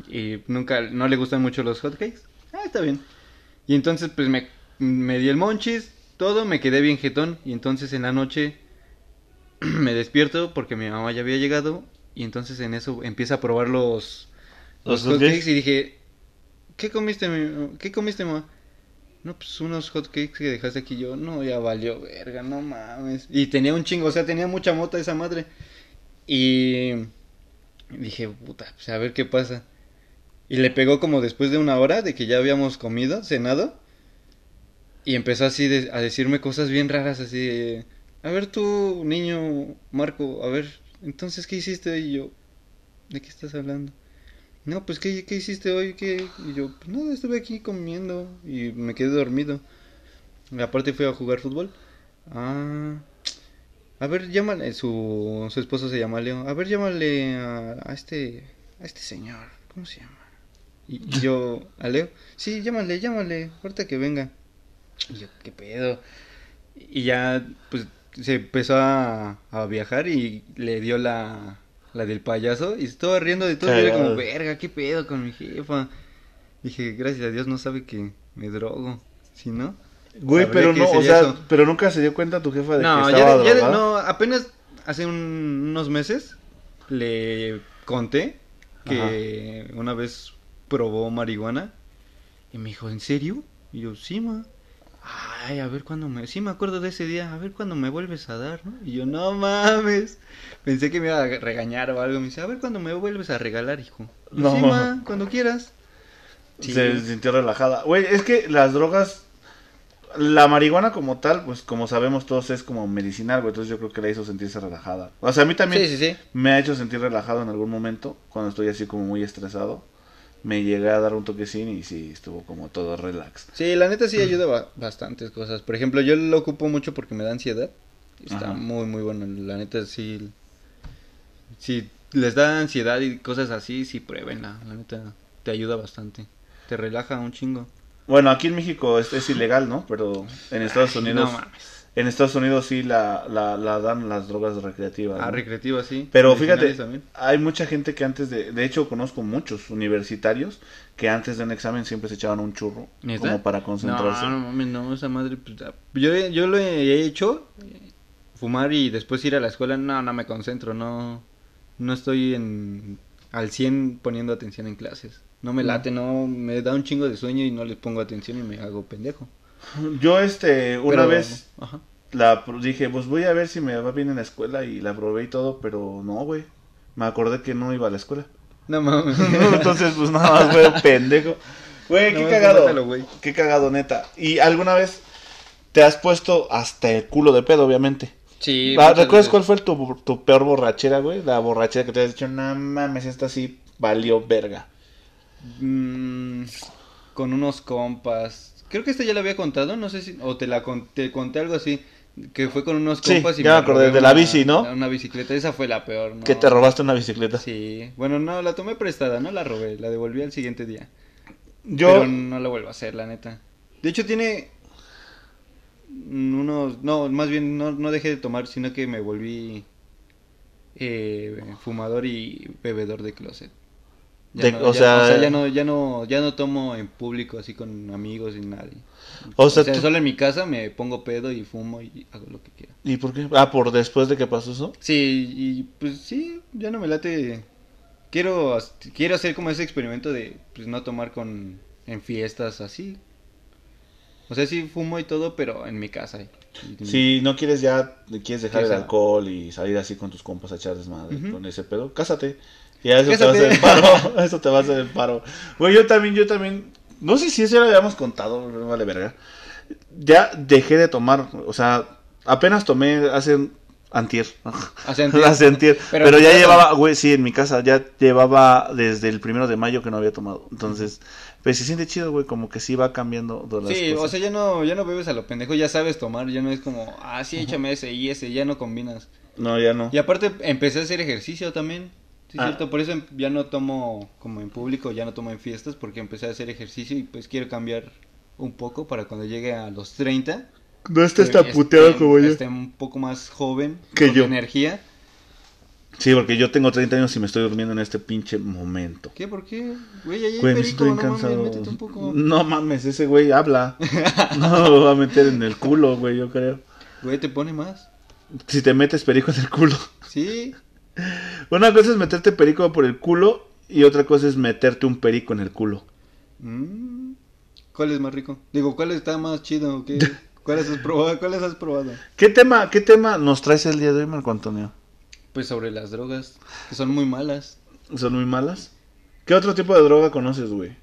[SPEAKER 2] y nunca, no le gustan mucho los hotcakes. Ah, está bien. Y entonces, pues me, me di el monchis, todo, me quedé bien jetón. Y entonces en la noche me despierto porque mi mamá ya había llegado. Y entonces en eso empieza a probar los,
[SPEAKER 1] ¿Los
[SPEAKER 2] los,
[SPEAKER 1] hotcakes?
[SPEAKER 2] hotcakes. Y dije, ¿qué comiste, mi- ¿qué comiste, mamá? No, pues unos hotcakes que dejaste aquí yo. No, ya valió verga, no mames. Y tenía un chingo, o sea, tenía mucha mota esa madre. Y dije, puta, pues a ver qué pasa. Y le pegó como después de una hora de que ya habíamos comido, cenado. Y empezó así de- a decirme cosas bien raras, así de, a ver tú, niño Marco, a ver, entonces, ¿qué hiciste? hoy?" Y yo, ¿de qué estás hablando? No, pues, ¿qué, qué hiciste hoy? ¿Qué? Y yo, pues nada, estuve aquí comiendo y me quedé dormido. Y aparte fui a jugar fútbol. Ah, a ver, llámale, su, su esposo se llama Leo. A ver, llámale a, a este, a este señor, ¿cómo se llama? Y y yo, ¿a Leo? Sí, llámale, llámale, ahorita que venga. Y yo, ¿qué pedo? Y ya, pues, se empezó a, a viajar y le dio la, la del payaso y se estaba riendo de todo. Y yo era como,
[SPEAKER 1] Cagado.
[SPEAKER 2] verga, ¿qué pedo con mi jefa? Dije, gracias a Dios no sabe que me drogo, ¿sí no?
[SPEAKER 1] Güey,
[SPEAKER 2] Habría
[SPEAKER 1] pero
[SPEAKER 2] que
[SPEAKER 1] no, o
[SPEAKER 2] decirle
[SPEAKER 1] sea,
[SPEAKER 2] eso.
[SPEAKER 1] pero nunca se dio cuenta tu jefa de
[SPEAKER 2] No,
[SPEAKER 1] que
[SPEAKER 2] ya,
[SPEAKER 1] estaba
[SPEAKER 2] de- ya de-
[SPEAKER 1] drogada.
[SPEAKER 2] no, apenas hace un- unos meses le conté que una vez probó marihuana y me dijo, ¿en serio? Y yo, sí, ma. Ay, a ver cuándo me... Sí, me acuerdo de ese día, a ver cuándo me vuelves a dar, ¿no? Y yo, no mames. Pensé que me iba a regañar o algo. Me dice, a ver cuándo me vuelves a regalar, hijo. Y yo,
[SPEAKER 1] No.
[SPEAKER 2] Sí, ma, cuando quieras. Sí.
[SPEAKER 1] Se sintió relajada. Güey, es que las drogas, la marihuana como tal, pues como sabemos todos es como medicinal, güey. Entonces yo creo que la hizo sentirse relajada. O sea, a mí también
[SPEAKER 2] Sí, sí, sí.
[SPEAKER 1] me ha hecho sentir relajado en algún momento, cuando estoy así como muy estresado. Me llegué a dar un toquecín y sí, estuvo como todo relax.
[SPEAKER 2] Sí, la neta sí ayuda ba- bastantes cosas. Por ejemplo, yo lo ocupo mucho porque me da ansiedad. Está
[SPEAKER 1] Ajá.
[SPEAKER 2] muy, muy bueno. La neta sí. Si les da ansiedad y cosas así, sí pruébenla. La neta te ayuda bastante. Te relaja un chingo.
[SPEAKER 1] Bueno, aquí en México es, es ilegal, ¿no? Pero en Estados
[SPEAKER 2] Ay,
[SPEAKER 1] Unidos,
[SPEAKER 2] No mames.
[SPEAKER 1] en Estados Unidos sí la, la, la dan las drogas recreativas.
[SPEAKER 2] Ah,
[SPEAKER 1] ¿no?
[SPEAKER 2] recreativa, sí.
[SPEAKER 1] Pero
[SPEAKER 2] Medicinales
[SPEAKER 1] fíjate,
[SPEAKER 2] también.
[SPEAKER 1] hay mucha gente que antes de, de hecho conozco muchos universitarios que antes de un examen siempre se echaban un churro
[SPEAKER 2] ¿Neta?
[SPEAKER 1] como para concentrarse.
[SPEAKER 2] No, no mames, no, esa madre. pues, ah, yo, yo lo he hecho, eh, fumar y después ir a la escuela. No, no me concentro, no, no estoy en al 100 poniendo atención en clases. No
[SPEAKER 1] Mm.
[SPEAKER 2] me late, no me da un chingo de sueño y no les pongo atención y me hago pendejo.
[SPEAKER 1] Yo, este, una
[SPEAKER 2] Pero,
[SPEAKER 1] vez
[SPEAKER 2] ajá.
[SPEAKER 1] la pro- dije, pues voy a ver si me va bien en la escuela y la probé y todo, pero no, güey. Me acordé que no iba a la escuela.
[SPEAKER 2] No mames.
[SPEAKER 1] Entonces, pues nada más, güey, pendejo. Güey,
[SPEAKER 2] No,
[SPEAKER 1] qué
[SPEAKER 2] no,
[SPEAKER 1] cagado.
[SPEAKER 2] mátalo, güey.
[SPEAKER 1] Qué cagado, neta. ¿Y alguna vez te has puesto hasta el culo de pedo, obviamente?
[SPEAKER 2] Sí.
[SPEAKER 1] Ah,
[SPEAKER 2] muchas
[SPEAKER 1] ¿Recuerdas
[SPEAKER 2] veces.
[SPEAKER 1] cuál fue tu, tu peor borrachera, güey? La borrachera que te has dicho, no mames, esta sí valió verga.
[SPEAKER 2] Mm, con unos compas. Creo que esta ya la había contado, no sé si. O te la con- te conté algo así. Que fue con unos
[SPEAKER 1] Sí,
[SPEAKER 2] compas y
[SPEAKER 1] ya me acordé,
[SPEAKER 2] robé
[SPEAKER 1] de la
[SPEAKER 2] una-
[SPEAKER 1] bici, ¿no?
[SPEAKER 2] Una bicicleta, esa fue la peor, ¿no?
[SPEAKER 1] Que te robaste una bicicleta.
[SPEAKER 2] Sí. Bueno, no, la tomé prestada, no la robé, la devolví al siguiente día.
[SPEAKER 1] Yo,
[SPEAKER 2] Pero no la vuelvo a hacer, la neta. De hecho, tiene unos... No, más bien no, no dejé de tomar, sino que me volví eh, fumador y bebedor de closet. Ya
[SPEAKER 1] De-
[SPEAKER 2] no-
[SPEAKER 1] o
[SPEAKER 2] ya-
[SPEAKER 1] sea-
[SPEAKER 2] ya no, ya no, ya no tomo en público así con amigos y nadie.
[SPEAKER 1] o sea, tú-
[SPEAKER 2] solo en mi casa me pongo pedo y fumo y hago lo que quiera.
[SPEAKER 1] ¿y por qué? Ah, por después de que pasó eso.
[SPEAKER 2] Sí, y pues sí, ya no me late. Quiero, as- quiero hacer como ese experimento de pues, no tomar con en fiestas así. O sea, sí fumo y todo, pero en mi casa. y- y-
[SPEAKER 1] Si no quieres ya, quieres dejar
[SPEAKER 2] Sí, o
[SPEAKER 1] el
[SPEAKER 2] sea-
[SPEAKER 1] alcohol y salir así con tus compas a echar desmadre
[SPEAKER 2] Ujú.
[SPEAKER 1] con ese pedo, cásate. Y a eso te va a hacer el
[SPEAKER 2] Cásate.
[SPEAKER 1] paro. eso te va a hacer el paro. Güey, yo también, yo también. No sé si eso ya lo habíamos contado, pero no vale verga. Ya dejé de tomar, o sea, apenas tomé hace un- antier.
[SPEAKER 2] o sea,
[SPEAKER 1] Hace antier. Pero,
[SPEAKER 2] Pero
[SPEAKER 1] ya
[SPEAKER 2] claro.
[SPEAKER 1] llevaba, güey, sí, en mi casa, ya llevaba desde el primero de mayo que no había tomado. Entonces, pues se siente chido, güey, como que sí va cambiando de las
[SPEAKER 2] Sí, o
[SPEAKER 1] cosas.
[SPEAKER 2] sea, ya no, ya no bebes a lo pendejo, ya sabes tomar, ya no es como, ah, sí, échame ese y ese, ya no combinas.
[SPEAKER 1] No, ya no.
[SPEAKER 2] Y aparte empecé a hacer ejercicio también. Sí, es
[SPEAKER 1] Ah.
[SPEAKER 2] cierto, por eso em- ya no tomo como en público, ya no tomo en fiestas porque empecé a hacer ejercicio y pues quiero cambiar un poco para cuando llegue a los 30.
[SPEAKER 1] No estés tan
[SPEAKER 2] esté-
[SPEAKER 1] Este puteado como yo.
[SPEAKER 2] esté este un poco más joven.
[SPEAKER 1] Que
[SPEAKER 2] con
[SPEAKER 1] yo.
[SPEAKER 2] energía.
[SPEAKER 1] Sí, porque yo tengo 30 años y me estoy durmiendo en este pinche momento.
[SPEAKER 2] ¿Qué? ¿Por qué? Güey, ya hay
[SPEAKER 1] Güey, me
[SPEAKER 2] perico,
[SPEAKER 1] siento bien
[SPEAKER 2] no
[SPEAKER 1] cansado. Mm.
[SPEAKER 2] mames, métete un poco.
[SPEAKER 1] No mames, ese güey habla. No lo va a meter en el culo, güey, yo creo.
[SPEAKER 2] Güey, te pone más.
[SPEAKER 1] Si te metes perico en el culo.
[SPEAKER 2] Sí.
[SPEAKER 1] Una cosa es meterte perico por el culo y otra cosa es meterte un perico en el culo.
[SPEAKER 2] Mm. ¿Cuál es más rico? Digo, ¿cuál está más chido? ¿Qué? ¿Cuáles has probado? ¿Cuáles has probado?
[SPEAKER 1] ¿Qué tema, qué tema nos traes el día de hoy, Marco Antonio?
[SPEAKER 2] Pues sobre las drogas, que son muy malas.
[SPEAKER 1] ¿Son muy malas? ¿Qué otro tipo de droga conoces, güey?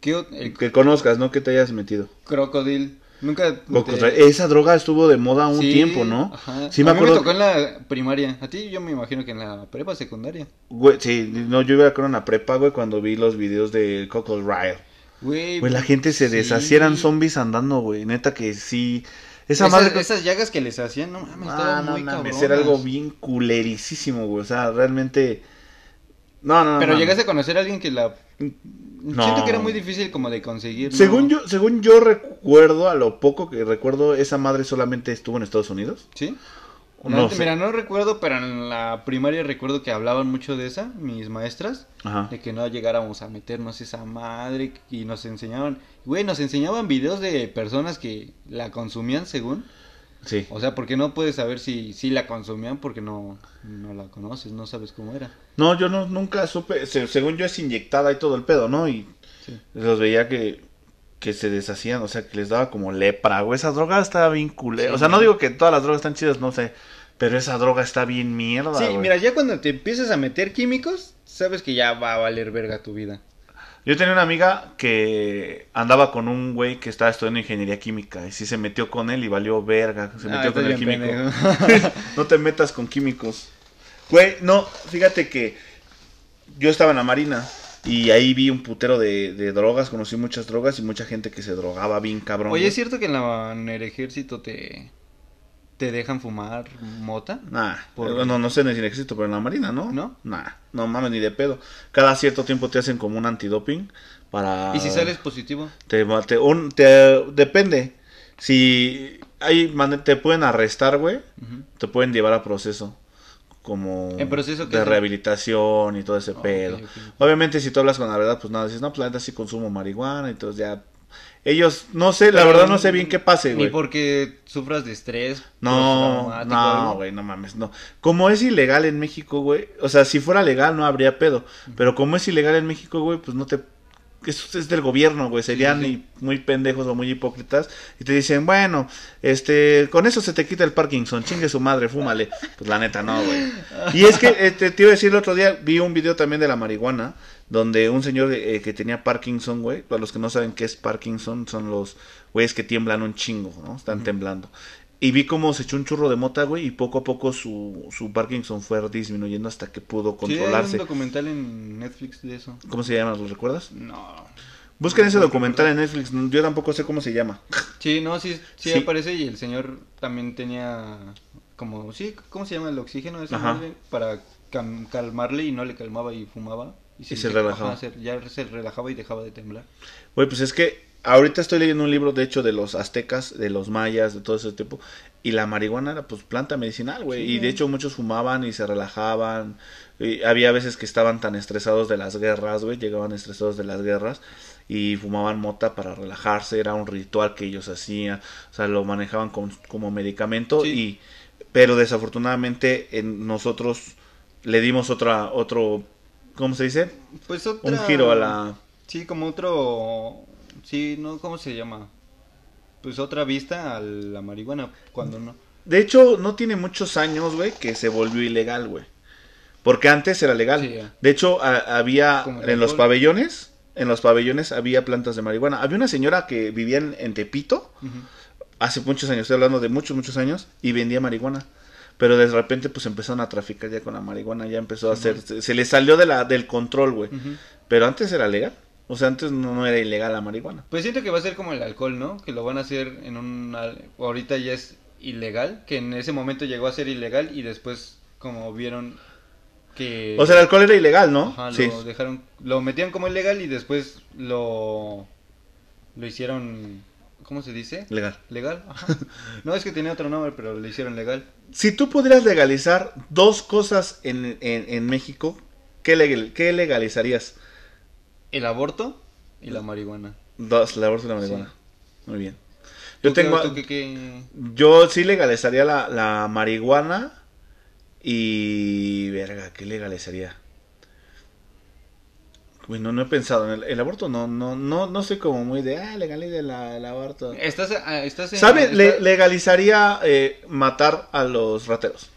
[SPEAKER 2] ¿Qué ot- el
[SPEAKER 1] Que conozcas, ¿no? Que te hayas metido.
[SPEAKER 2] crocodil? Nunca te-
[SPEAKER 1] Cocotra- Esa droga estuvo de moda un
[SPEAKER 2] Sí,
[SPEAKER 1] tiempo, ¿no?
[SPEAKER 2] ajá.
[SPEAKER 1] Sí, me
[SPEAKER 2] a mí
[SPEAKER 1] acuerdo.
[SPEAKER 2] me tocó en la primaria. A ti yo me imagino que en la prepa secundaria.
[SPEAKER 1] Güey, sí, no, yo iba a en la prepa, güey, cuando vi los videos de Cockle Ryle.
[SPEAKER 2] Güey, pues
[SPEAKER 1] Güey, Pues la gente se
[SPEAKER 2] sí.
[SPEAKER 1] deshacieran zombies andando, güey. Neta que sí. Esa
[SPEAKER 2] esas,
[SPEAKER 1] madre.
[SPEAKER 2] esas llagas que les hacían, no mames,
[SPEAKER 1] Ah,
[SPEAKER 2] estaban
[SPEAKER 1] no
[SPEAKER 2] muy
[SPEAKER 1] mames,
[SPEAKER 2] cabronas.
[SPEAKER 1] era algo bien culericísimo, güey. O sea, realmente. No, no, no.
[SPEAKER 2] Pero
[SPEAKER 1] mames.
[SPEAKER 2] llegaste a conocer a alguien que la... Siento que era muy difícil como de conseguir. ¿no?
[SPEAKER 1] Según yo, según yo recuerdo, a lo poco que recuerdo, esa madre solamente estuvo en Estados Unidos.
[SPEAKER 2] ¿Sí?
[SPEAKER 1] No
[SPEAKER 2] No,
[SPEAKER 1] sé.
[SPEAKER 2] Mira, no recuerdo, pero en la primaria recuerdo que hablaban mucho de esa, mis maestras,
[SPEAKER 1] Ajá.
[SPEAKER 2] de que no llegáramos a meternos esa madre y nos enseñaban, güey, nos enseñaban videos de personas que la consumían según.
[SPEAKER 1] Sí.
[SPEAKER 2] O sea, porque no puedes saber si, si la consumían porque no, no la conoces, no sabes cómo era.
[SPEAKER 1] No, yo no, nunca supe. se- según yo, es inyectada y todo el pedo, ¿no? Y
[SPEAKER 2] Sí.
[SPEAKER 1] los veía que, que se deshacían, o sea, que les daba como lepra, güey. Esa droga está bien culera.
[SPEAKER 2] Sí.
[SPEAKER 1] O sea, no digo que todas las drogas están chidas, no sé. Pero esa droga está bien mierda,
[SPEAKER 2] Sí,
[SPEAKER 1] güey.
[SPEAKER 2] mira, ya cuando te empiezas a meter químicos, sabes que ya va a valer verga tu vida.
[SPEAKER 1] Yo tenía una amiga que andaba con un güey que estaba estudiando ingeniería química. Y sí se metió con él y valió verga. Se
[SPEAKER 2] Ah,
[SPEAKER 1] metió con el
[SPEAKER 2] estás bien
[SPEAKER 1] químico.
[SPEAKER 2] pendejo.
[SPEAKER 1] no te metas con químicos. Güey, no, fíjate que yo estaba en la marina. Y ahí vi un putero de, de drogas, conocí muchas drogas y mucha gente que se drogaba bien cabrón.
[SPEAKER 2] Oye,
[SPEAKER 1] güey.
[SPEAKER 2] ¿es cierto que en, la- en el ejército te, te dejan fumar mota?
[SPEAKER 1] Nah, eh,
[SPEAKER 2] Por-
[SPEAKER 1] bueno, no sé en el ejército, pero en la marina, ¿no?
[SPEAKER 2] ¿No?
[SPEAKER 1] Nah, no mames, ni de pedo. Cada cierto tiempo te hacen como un antidoping para...
[SPEAKER 2] ¿Y si sales positivo?
[SPEAKER 1] Te, ma- te- un- te- depende. Si hay, man- te pueden arrestar, güey,
[SPEAKER 2] Ujú.
[SPEAKER 1] te pueden llevar a proceso. Como...
[SPEAKER 2] ¿En proceso qué
[SPEAKER 1] De
[SPEAKER 2] es?
[SPEAKER 1] rehabilitación y todo ese
[SPEAKER 2] Ah,
[SPEAKER 1] pedo.
[SPEAKER 2] ok, ok.
[SPEAKER 1] Obviamente, si tú hablas con la verdad, pues nada, dices, no, pues la neta sí consumo marihuana y entonces ya Ellos, no sé, la
[SPEAKER 2] Pero
[SPEAKER 1] verdad no sé bien qué pase,
[SPEAKER 3] Ni
[SPEAKER 1] güey.
[SPEAKER 3] porque sufras de estrés.
[SPEAKER 1] No,
[SPEAKER 3] postraumático o
[SPEAKER 1] no,
[SPEAKER 3] algo.
[SPEAKER 1] güey, no mames, no. Como es ilegal en México, güey, o sea, si fuera legal no habría pedo, pero como es ilegal en México, güey, pues no te... Eso es del gobierno, güey, serían
[SPEAKER 2] sí, sí.
[SPEAKER 1] ni- muy pendejos o muy hipócritas y te dicen, bueno, este, con eso se te quita el Parkinson, chingue su madre, fúmale. Pues la neta no, güey. Y es que, este, te iba a decir el otro día, vi un video también de la marihuana, donde un señor eh, que tenía Parkinson, güey, para los que no saben qué es Parkinson, son los güeyes que tiemblan un chingo, ¿no? Están temblando. Y vi cómo se echó un churro de mota, güey, y poco a poco su, su Parkinson fue disminuyendo hasta que pudo
[SPEAKER 2] Sí, hay
[SPEAKER 1] controlarse.
[SPEAKER 2] un documental en Netflix de eso.
[SPEAKER 1] ¿Cómo se llama? ¿Lo recuerdas?
[SPEAKER 2] No.
[SPEAKER 1] Busquen ese
[SPEAKER 2] No
[SPEAKER 1] documental en Netflix, yo tampoco sé cómo se llama.
[SPEAKER 2] Sí, no, sí, sí,
[SPEAKER 1] Sí.
[SPEAKER 2] aparece y el señor también tenía como, sí, ¿cómo se llama? El oxígeno esa
[SPEAKER 1] Ajá.
[SPEAKER 2] madre, para cam- calmarle y no le calmaba y fumaba.
[SPEAKER 1] Y se relajaba.
[SPEAKER 2] ajá, se- ya se relajaba y dejaba de temblar.
[SPEAKER 1] Güey, pues es que ahorita estoy leyendo un libro, de hecho, de los aztecas, de los mayas, de todo ese tipo. Y la marihuana era, pues, planta medicinal, güey.
[SPEAKER 2] Sí,
[SPEAKER 1] y de
[SPEAKER 2] güey.
[SPEAKER 1] hecho, muchos fumaban y se relajaban. Y había veces que estaban tan estresados de las guerras, güey. Llegaban estresados de las guerras y fumaban mota para relajarse. Era un ritual que ellos hacían. O sea, lo manejaban con- como medicamento.
[SPEAKER 2] Sí.
[SPEAKER 1] Y, pero desafortunadamente, en nosotros le dimos otra, otro, ¿cómo se dice?
[SPEAKER 2] Pues otra...
[SPEAKER 1] Un giro a la...
[SPEAKER 2] Sí, como otro... Sí, no, ¿cómo se llama? Pues otra vista a la marihuana, cuando no.
[SPEAKER 1] De hecho, no tiene muchos años, güey, que se volvió ilegal, güey. Porque antes era legal.
[SPEAKER 2] Sí, ya.
[SPEAKER 1] De hecho, a- había
[SPEAKER 2] Como el
[SPEAKER 1] en los
[SPEAKER 2] alcohol.
[SPEAKER 1] pabellones, en los pabellones había plantas de marihuana. Había una señora que vivía en, en Tepito
[SPEAKER 2] Ujú.
[SPEAKER 1] hace muchos años, estoy hablando de muchos, muchos años, y vendía marihuana. Pero de repente, pues empezaron a traficar ya con la marihuana, ya empezó a hacer, se, se le salió de la, del control, güey.
[SPEAKER 2] Ujú.
[SPEAKER 1] Pero antes era legal. O sea, antes no, no era ilegal la marihuana.
[SPEAKER 2] Pues siento que va a ser como el alcohol, ¿no? Que lo van a hacer en un... al- Ahorita ya es ilegal, que en ese momento llegó a ser ilegal y después como vieron que...
[SPEAKER 1] O sea, el alcohol era ilegal, ¿no?
[SPEAKER 2] Ajá,
[SPEAKER 1] sí.
[SPEAKER 2] lo dejaron... Lo metían como ilegal y después lo... Lo hicieron... ¿Cómo se dice?
[SPEAKER 1] Legal.
[SPEAKER 2] Legal. ajá. No, es que tenía otro nombre, pero lo hicieron legal.
[SPEAKER 1] Si tú pudieras legalizar dos cosas en, en, en México, ¿qué, legal- qué legalizarías?
[SPEAKER 2] El aborto y la marihuana.
[SPEAKER 1] Dos, la aborto y la marihuana. Muy bien. Yo
[SPEAKER 2] ¿Tú qué-
[SPEAKER 1] tengo...
[SPEAKER 2] tú qué- qué-
[SPEAKER 1] Yo sí legalizaría la, la marihuana y... Verga, ¿qué legalizaría? Bueno, no he pensado en el, el aborto, no, no, no, no soy como muy de, ah, legalice la, el aborto.
[SPEAKER 2] Estás, ah, estás en-
[SPEAKER 1] ¿Sabes?
[SPEAKER 2] está-
[SPEAKER 1] Le- legalizaría eh, matar a los rateros.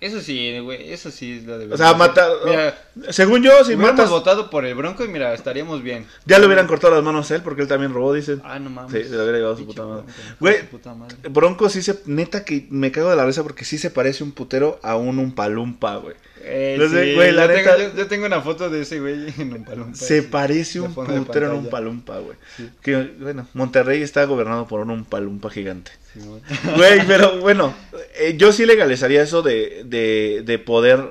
[SPEAKER 2] Eso sí, güey, eso sí es lo de
[SPEAKER 1] O sea, matar...
[SPEAKER 2] Mira,
[SPEAKER 1] según yo, si
[SPEAKER 2] hubiéramos
[SPEAKER 1] matas...
[SPEAKER 2] votado por el Bronco y mira, estaríamos bien.
[SPEAKER 1] Ya le hubieran cortado las manos a él porque él también robó, dicen.
[SPEAKER 2] Ah, no mames.
[SPEAKER 1] Sí, se lo hubiera llevado su
[SPEAKER 2] Pinche
[SPEAKER 1] puta madre.
[SPEAKER 2] Bronco, hijo de
[SPEAKER 1] Güey.
[SPEAKER 2] su puta madre.
[SPEAKER 1] Bronco sí se... Neta que me cago de la risa porque sí se parece un putero a un umpalumpa, güey.
[SPEAKER 2] Eh,
[SPEAKER 1] No sé,
[SPEAKER 2] sí,
[SPEAKER 1] güey, la
[SPEAKER 2] yo,
[SPEAKER 1] neta-
[SPEAKER 2] tengo, yo, yo tengo una foto de ese güey en un palompa.
[SPEAKER 1] Se
[SPEAKER 2] Pues sí.
[SPEAKER 1] parece
[SPEAKER 2] de
[SPEAKER 1] un
[SPEAKER 2] fondo de
[SPEAKER 1] putero a un
[SPEAKER 2] pantalla.
[SPEAKER 1] umpalumpa, güey.
[SPEAKER 2] Sí.
[SPEAKER 1] Que, bueno, Monterrey está gobernado por un umpalumpa gigante.
[SPEAKER 2] Sí, güey.
[SPEAKER 1] Güey, pero bueno, eh, yo sí legalizaría eso de, de, de poder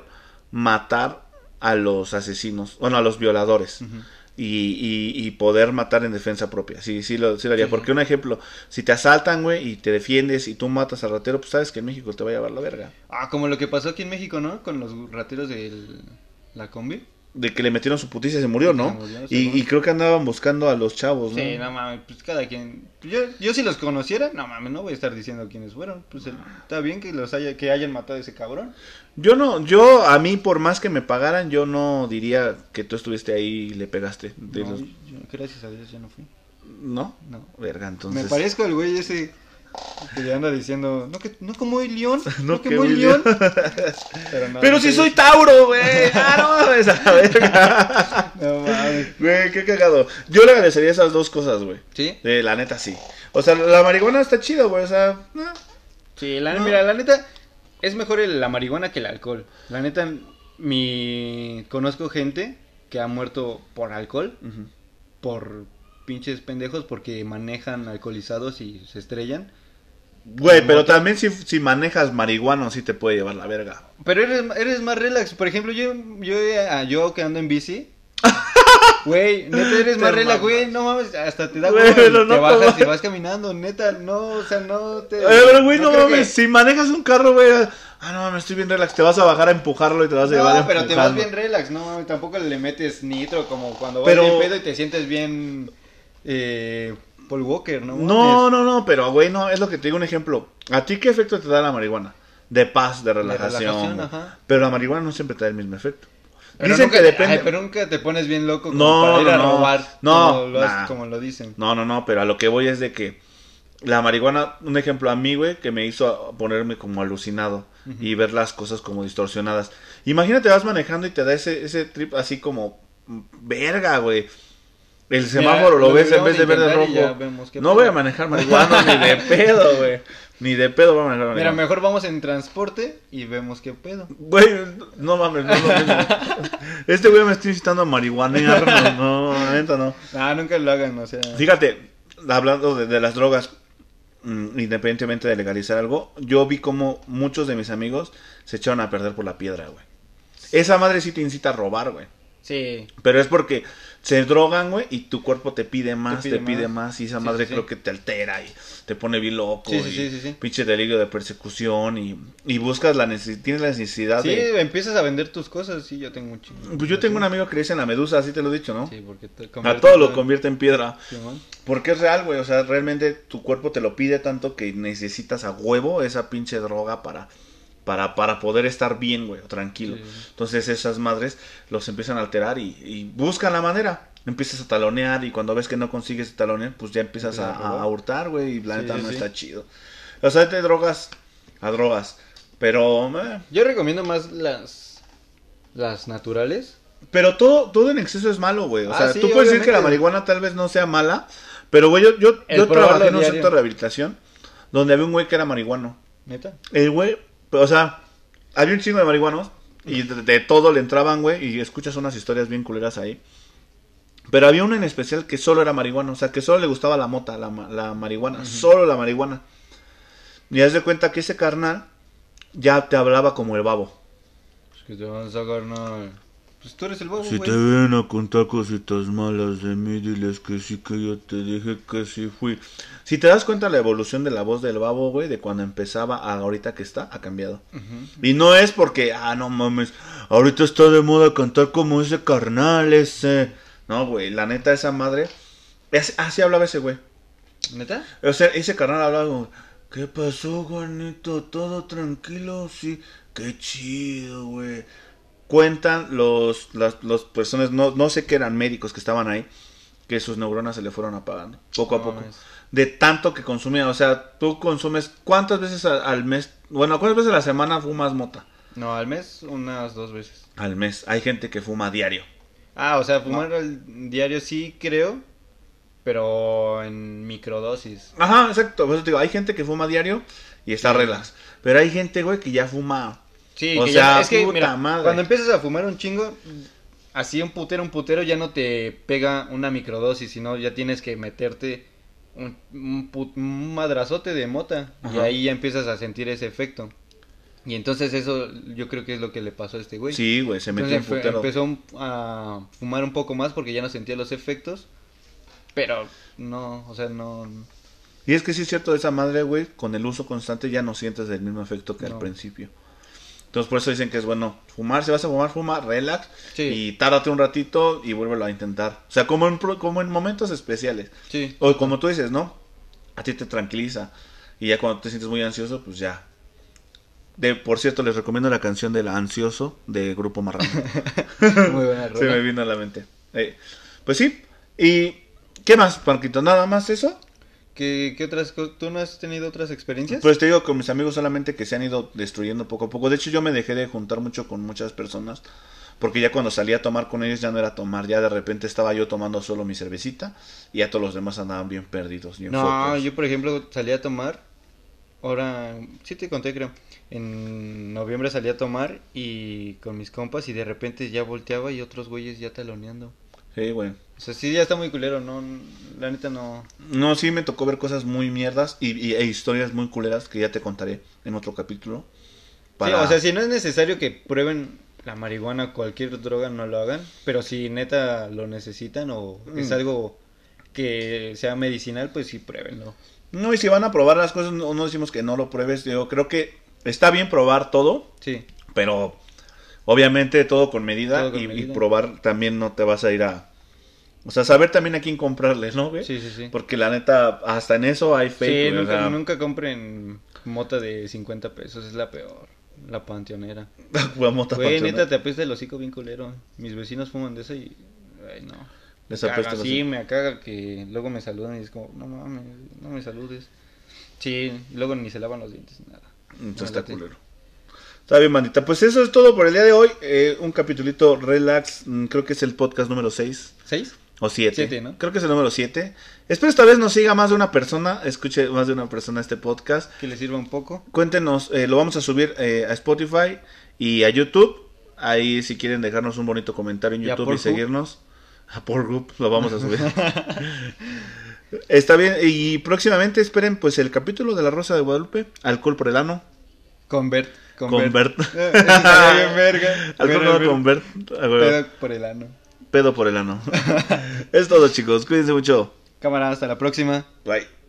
[SPEAKER 1] matar a los asesinos, bueno, a los violadores.
[SPEAKER 2] Ujú.
[SPEAKER 1] y, y, y poder matar en defensa propia. Sí, sí lo, sí lo haría.
[SPEAKER 2] Sí.
[SPEAKER 1] Porque un ejemplo, si te asaltan, güey, y te defiendes y tú matas al ratero, pues sabes que en México te va a llevar la verga.
[SPEAKER 2] Ah, como lo que pasó aquí en México, ¿no? Con los rateros de la combi.
[SPEAKER 1] De que le metieron su putiza y se murió, ¿no?
[SPEAKER 2] Se murió,
[SPEAKER 1] y,
[SPEAKER 2] según.
[SPEAKER 1] y creo que andaban buscando a los chavos, ¿no?
[SPEAKER 2] Sí, no mames, pues cada quien. Yo, yo si los conociera, no mames, no voy a estar diciendo quiénes fueron. Pues el- está bien que los haya, que hayan matado a ese cabrón.
[SPEAKER 1] Yo no, yo a mí por más que me pagaran, yo no diría que tú estuviste ahí y le pegaste. De
[SPEAKER 2] No,
[SPEAKER 1] los-
[SPEAKER 2] yo- gracias a Dios yo no fui.
[SPEAKER 1] ¿No?
[SPEAKER 2] No.
[SPEAKER 1] Verga, entonces.
[SPEAKER 2] Me parezco al güey ese que le anda diciendo, no que no como el león, no, que
[SPEAKER 1] muy
[SPEAKER 2] muy león.
[SPEAKER 1] bien.
[SPEAKER 2] Pero, no,
[SPEAKER 1] Pero
[SPEAKER 2] no
[SPEAKER 1] si
[SPEAKER 2] sé.
[SPEAKER 1] soy Tauro, güey. Ah, no, mames, a la verga.
[SPEAKER 2] No mames.
[SPEAKER 1] Güey, qué cagado. Yo le agradecería esas dos cosas, güey.
[SPEAKER 2] ¿Sí?
[SPEAKER 1] Eh, la neta sí. O sea, la marihuana está chida, güey. O sea, eh.
[SPEAKER 2] Sí, la,
[SPEAKER 1] No.
[SPEAKER 2] mira, la neta, es mejor el- la marihuana que el alcohol. La neta, mi... Conozco gente que ha muerto por alcohol, por pinches pendejos, porque manejan alcoholizados y se estrellan.
[SPEAKER 1] güey, pero también si, si manejas marihuana, sí te puede llevar la verga.
[SPEAKER 2] Pero eres, eres más relax. Por ejemplo, yo, yo, eh, yo que ando en bici. Güey, neta, eres
[SPEAKER 1] Te
[SPEAKER 2] más relax,
[SPEAKER 1] mamas.
[SPEAKER 2] güey. No mames, hasta te da
[SPEAKER 1] Güey,
[SPEAKER 2] hueva y
[SPEAKER 1] pero no
[SPEAKER 2] te
[SPEAKER 1] te
[SPEAKER 2] bajas y
[SPEAKER 1] mames.
[SPEAKER 2] vas caminando. Neta, no, o sea, no te.
[SPEAKER 1] Eh, pero, güey, no,
[SPEAKER 2] creo
[SPEAKER 1] mames.
[SPEAKER 2] que-
[SPEAKER 1] Si manejas un carro, güey. Ah, no mames, estoy bien relax. Te vas a bajar a empujarlo y te vas a llevar
[SPEAKER 2] No, pero te vas
[SPEAKER 1] empujando.
[SPEAKER 2] bien relax, no mames, tampoco le metes nitro como cuando vas
[SPEAKER 1] Pero-
[SPEAKER 2] bien pedo y te sientes bien eh, Paul Walker, ¿no?
[SPEAKER 1] No, no, no, pero güey, no, es lo que te digo un ejemplo. ¿A ti qué efecto te da la marihuana? De paz, de relajación.
[SPEAKER 2] relajación,
[SPEAKER 1] güey.
[SPEAKER 2] ajá.
[SPEAKER 1] Pero la marihuana no siempre te da el mismo efecto.
[SPEAKER 2] Pero
[SPEAKER 1] Dicen
[SPEAKER 2] nunca,
[SPEAKER 1] que depende.
[SPEAKER 2] ay, pero nunca te pones bien loco como
[SPEAKER 1] No,
[SPEAKER 2] para ir a
[SPEAKER 1] no, no.
[SPEAKER 2] robar.
[SPEAKER 1] No,
[SPEAKER 2] como lo, has-
[SPEAKER 1] nah.
[SPEAKER 2] como lo dicen.
[SPEAKER 1] No, no, no, pero a lo que voy es de que la marihuana, un ejemplo a mí, güey, que me hizo ponerme como alucinado y ver las cosas como distorsionadas. Imagínate, vas manejando y te da ese, ese trip así como, mm, verga, güey. El semáforo lo
[SPEAKER 2] lo
[SPEAKER 1] ves en
[SPEAKER 2] deberíamos
[SPEAKER 1] vez de verde
[SPEAKER 2] intentar y ya
[SPEAKER 1] rojo.
[SPEAKER 2] vemos qué
[SPEAKER 1] No
[SPEAKER 2] pedo.
[SPEAKER 1] voy a manejar marihuana ni de pedo, güey. Ni de pedo voy a manejar
[SPEAKER 2] Mira,
[SPEAKER 1] marihuana.
[SPEAKER 2] mejor vamos en transporte y vemos qué pedo.
[SPEAKER 1] Güey, no mames, no es lo mismo. Este güey me está incitando a marihuanearnos. No, la neta no.
[SPEAKER 2] Ah, nunca lo hagan, o sea.
[SPEAKER 1] Fíjate, hablando de, de las drogas, mm, independientemente de legalizar algo, yo vi como muchos de mis amigos se echaron a perder por la piedra, güey. Esa madre sí te incita a robar, güey.
[SPEAKER 2] Sí.
[SPEAKER 1] Pero es porque se drogan, güey, y tu cuerpo te pide más, te
[SPEAKER 2] pide
[SPEAKER 1] pide,
[SPEAKER 2] más.
[SPEAKER 1] más. y esa
[SPEAKER 2] Sí,
[SPEAKER 1] madre
[SPEAKER 2] sí, sí.
[SPEAKER 1] creo que te altera y te pone bien loco.
[SPEAKER 2] Sí, sí,
[SPEAKER 1] y
[SPEAKER 2] sí, sí, sí.
[SPEAKER 1] Pinche delirio de persecución y, y buscas la necesidad, tienes la necesidad
[SPEAKER 2] Sí,
[SPEAKER 1] de...
[SPEAKER 2] empiezas a vender tus cosas. Sí, Ah, yo tengo un chingo.
[SPEAKER 1] Pues yo tengo un amigo que le dicen la medusa, así te lo he dicho, ¿no?
[SPEAKER 2] Sí, porque te
[SPEAKER 1] a
[SPEAKER 2] convierte
[SPEAKER 1] todo
[SPEAKER 2] en
[SPEAKER 1] lo
[SPEAKER 2] todo.
[SPEAKER 1] convierte en piedra.
[SPEAKER 2] Simón.
[SPEAKER 1] Porque es real, güey. O sea, realmente tu cuerpo te lo pide tanto que necesitas a huevo esa pinche droga para, para, para poder estar bien, güey, o tranquilo.
[SPEAKER 2] Sí.
[SPEAKER 1] Entonces esas madres los empiezan a alterar y, y buscan la manera. Empiezas a talonear y cuando ves que no consigues talonear, pues ya empiezas a,
[SPEAKER 2] Empiezas a robar.
[SPEAKER 1] a hurtar, güey, y la
[SPEAKER 2] Sí,
[SPEAKER 1] neta
[SPEAKER 2] sí,
[SPEAKER 1] no
[SPEAKER 2] sí.
[SPEAKER 1] está chido. O sea, de drogas a drogas. Pero, eh,
[SPEAKER 2] Yo recomiendo más las las naturales.
[SPEAKER 1] Pero todo, todo en exceso es malo, güey. O
[SPEAKER 2] Ah,
[SPEAKER 1] sea,
[SPEAKER 2] sí,
[SPEAKER 1] tú puedes decir
[SPEAKER 2] obviamente.
[SPEAKER 1] que la marihuana tal vez no sea mala, pero, güey, yo, yo,
[SPEAKER 2] El
[SPEAKER 1] yo
[SPEAKER 2] probarlo
[SPEAKER 1] trabajé en un
[SPEAKER 2] diario.
[SPEAKER 1] centro de rehabilitación donde había un güey que era marihuano.
[SPEAKER 2] Neta.
[SPEAKER 1] El güey, o sea, había un chingo de marihuanos y de, de todo le entraban, güey, y escuchas unas historias bien culeras ahí. Pero había uno en especial que solo era marihuano, o sea, que solo le gustaba la mota, la, ma- la marihuana, solo la marihuana. Y haz de cuenta que ese carnal ya te hablaba como el babo.
[SPEAKER 2] Pues que te van a sacar, no. Pues tú eres el bobo,
[SPEAKER 4] Si
[SPEAKER 2] güey.
[SPEAKER 4] te vienen a contar cositas malas de mí, diles que sí, que yo te dije que sí fui.
[SPEAKER 1] Si te das cuenta la evolución de la voz del babo, güey, de cuando empezaba a ahorita que está, ha cambiado. Y no es porque, ah, no mames, ahorita está de moda cantar como ese carnal ese. No, güey, la neta, esa madre, es- así hablaba ese güey.
[SPEAKER 2] ¿Neta?
[SPEAKER 1] O sea, ese carnal hablaba como, ¿qué pasó, Juanito? ¿Todo tranquilo? Sí, qué chido, güey. Cuentan los, las los personas, no, no sé qué eran médicos que estaban ahí, que sus neuronas se le fueron apagando, poco a
[SPEAKER 2] No
[SPEAKER 1] poco.
[SPEAKER 2] mames.
[SPEAKER 1] De tanto que consumía, o sea, tú consumes, ¿cuántas veces a- al mes? Bueno, ¿cuántas veces a la semana fumas mota?
[SPEAKER 2] No, al mes unas dos veces.
[SPEAKER 1] Al mes, hay gente que fuma diario.
[SPEAKER 2] Ah, o sea, fumar al diario sí creo, pero en microdosis.
[SPEAKER 1] Ajá, exacto, por eso te digo, hay gente que fuma diario y está relax. Pero hay gente, güey, que ya fuma
[SPEAKER 2] Sí,
[SPEAKER 1] O
[SPEAKER 2] que ya-
[SPEAKER 1] sea,
[SPEAKER 2] es que
[SPEAKER 1] puta
[SPEAKER 2] mira,
[SPEAKER 1] madre.
[SPEAKER 2] cuando empiezas a fumar un chingo, así un putero, un putero, ya no te pega una microdosis, sino ya tienes que meterte un, un pu- un madrazote de mota y
[SPEAKER 1] Ajá.
[SPEAKER 2] ahí ya empiezas a sentir ese efecto. Y entonces eso yo creo que es lo que le pasó a este güey.
[SPEAKER 1] Sí, güey, se metió
[SPEAKER 2] Entonces
[SPEAKER 1] en
[SPEAKER 2] fue-
[SPEAKER 1] putero.
[SPEAKER 2] empezó un- a fumar un poco más porque ya no sentía los efectos, pero no, o sea, no...
[SPEAKER 1] Y es que sí es cierto, esa madre, güey, con el uso constante ya no sientes el mismo efecto que
[SPEAKER 2] No.
[SPEAKER 1] al principio. Entonces por eso dicen que es bueno fumar, si vas a fumar, fuma, relax
[SPEAKER 2] Sí.
[SPEAKER 1] y tárdate un ratito y vuélvelo a intentar. O sea, como en, pro- como en momentos especiales.
[SPEAKER 2] Sí.
[SPEAKER 1] O como tú dices, ¿no? A ti te tranquiliza. Y ya cuando te sientes muy ansioso, pues ya. De, por cierto, les recomiendo la canción del ansioso de Grupo Marrano.
[SPEAKER 2] Muy buena
[SPEAKER 1] Se
[SPEAKER 2] rola.
[SPEAKER 1] me vino a la mente. Eh, pues sí. ¿Y qué más, Panquito? ¿Nada más eso?
[SPEAKER 2] ¿Qué, qué otras co- ¿Tú no has tenido otras experiencias?
[SPEAKER 1] Pues te digo, con mis amigos solamente que se han ido destruyendo poco a poco. De hecho, yo me dejé de juntar mucho con muchas personas. Porque ya cuando salía a tomar con ellos ya no era tomar. Ya de repente estaba yo tomando solo mi cervecita. Y ya todos los demás andaban bien perdidos. bien
[SPEAKER 2] no,
[SPEAKER 1] focos.
[SPEAKER 2] yo por ejemplo salí a tomar, ahora, sí te conté creo, en noviembre salí a tomar y con mis compas y de repente ya volteaba y otros güeyes ya taloneando.
[SPEAKER 1] Sí, güey.
[SPEAKER 2] O sea, sí, ya está muy culero, no, la neta no.
[SPEAKER 1] No, sí me tocó ver cosas muy mierdas y, y- e historias muy culeras que ya te contaré en otro capítulo. Para...
[SPEAKER 2] Sí, o sea, si no es necesario que prueben la marihuana o cualquier droga, no lo hagan. Pero si neta lo necesitan o es
[SPEAKER 1] Mm.
[SPEAKER 2] algo que sea medicinal, pues sí, pruébenlo.
[SPEAKER 1] No, y si van a probar las cosas, no, no decimos que no lo pruebes. Yo creo que está bien probar todo,
[SPEAKER 2] Sí,
[SPEAKER 1] pero obviamente todo con medida,
[SPEAKER 2] Todo con
[SPEAKER 1] y, y
[SPEAKER 2] medida.
[SPEAKER 1] probar también no te vas a ir a, O sea, saber también a quién comprarles, ¿no, güey?
[SPEAKER 2] Sí, sí, sí.
[SPEAKER 1] Porque la neta, hasta en eso hay fake,
[SPEAKER 2] Sí,
[SPEAKER 1] güey, o
[SPEAKER 2] nunca,
[SPEAKER 1] sea,
[SPEAKER 2] nunca compren mota de 50 pesos, es la peor. La panteonera.
[SPEAKER 1] vamos a
[SPEAKER 2] Güey,
[SPEAKER 1] patronar.
[SPEAKER 2] neta, te apesta el hocico bien culero. Mis vecinos fuman de eso y... Ay, no. Me
[SPEAKER 1] Les
[SPEAKER 2] caga,
[SPEAKER 1] apesta el
[SPEAKER 2] Sí,
[SPEAKER 1] hocico.
[SPEAKER 2] me caga que luego me saludan y es como, no mames, no me saludes. Sí, y luego ni se lavan los dientes, nada.
[SPEAKER 1] Entonces
[SPEAKER 2] No,
[SPEAKER 1] está
[SPEAKER 2] late.
[SPEAKER 1] culero. Está bien, bandita. Pues eso es todo por el día de hoy. Eh, un capitulito relax. Mm, Creo que es el podcast número 6
[SPEAKER 2] ¿Seis?
[SPEAKER 1] o 7.
[SPEAKER 2] Siete, ¿no?
[SPEAKER 1] Creo que es el número 7. Espero esta vez nos siga más de una persona. Escuche más de una persona este podcast.
[SPEAKER 2] Que les sirva un poco.
[SPEAKER 1] Cuéntenos, eh, lo vamos a subir eh, a Spotify y a YouTube. Ahí si quieren dejarnos un bonito comentario en
[SPEAKER 2] ¿Y a
[SPEAKER 1] YouTube y,
[SPEAKER 2] Pornhub?
[SPEAKER 1] seguirnos. A Pornhub lo vamos a subir. Está bien, y próximamente esperen pues el capítulo de La Rosa de Guadalupe, Alcohol por el ano.
[SPEAKER 2] Convert.
[SPEAKER 1] Convert.
[SPEAKER 2] Eh, estaría bien verga.
[SPEAKER 1] Alcohol
[SPEAKER 2] Pero,
[SPEAKER 1] no convert. Ah, güey,
[SPEAKER 2] Pedo por el ano.
[SPEAKER 1] Pedo por el ano. es todo chicos, cuídense mucho.
[SPEAKER 2] Cámara, hasta la próxima.
[SPEAKER 1] Bye.